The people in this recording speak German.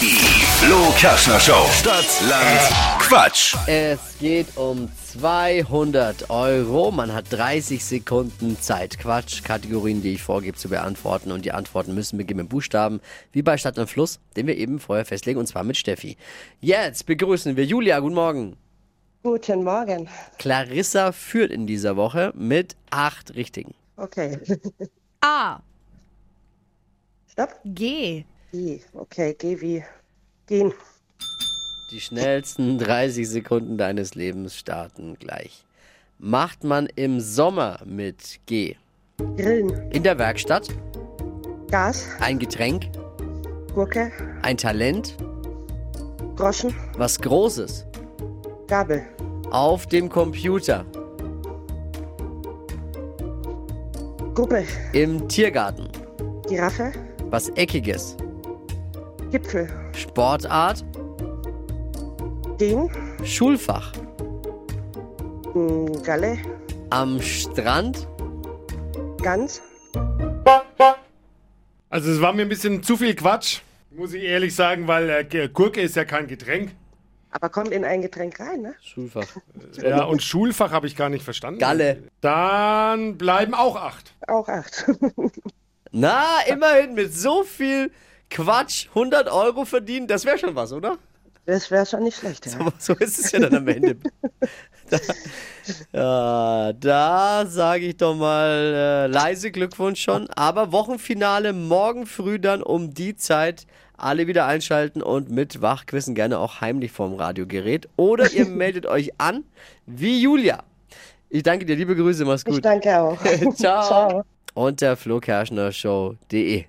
Die Flo Kerschner Show. Stadt, Land, Quatsch. Es geht um 200 Euro. Man hat 30 Sekunden Zeit, Quatschkategorien, die ich vorgebe, zu beantworten. Und die Antworten müssen beginnen mit Buchstaben, wie bei Stadt und Fluss, den wir eben vorher festlegen, und zwar mit Steffi. Jetzt begrüßen wir Julia. Guten Morgen. Guten Morgen. Clarissa führt in dieser Woche mit acht Richtigen. Okay. A. Stopp. G. Geh. Okay, geh wie. Gehen. Die schnellsten 30 Sekunden deines Lebens starten gleich. Macht man im Sommer mit G. Grillen. In der Werkstatt Gas. ein Getränk, Gurke. ein Talent, Groschen. was Großes. Gabel. Auf dem Computer, Gruppe. im Tiergarten, Giraffe. was Eckiges. Gipfel. Sportart, Gehen. Schulfach, Mm, Galle. am Strand, Gans. Also es war mir ein bisschen zu viel Quatsch, muss ich ehrlich sagen, weil äh, G- Gurke ist ja kein Getränk. Aber kommt in ein Getränk rein, ne? Schulfach, Ja, und Schulfach habe ich gar nicht verstanden. Galle. Dann bleiben auch acht. Auch acht. Na, immerhin mit so viel Quatsch 100 Euro verdienen, das wäre schon was, oder? Das wäre schon nicht schlecht. Ja. Aber so ist es ja dann am Ende. Da, ja, da sage ich doch mal äh, leise Glückwunsch schon. Aber Wochenfinale morgen früh dann um die Zeit. Alle wieder einschalten und mit Wachquissen gerne auch heimlich vorm Radiogerät. Oder ihr meldet euch an wie Julia. Ich danke dir, liebe Grüße, mach's Ich gut. danke auch. Ciao. Ciao. Unter flokerschnershow.de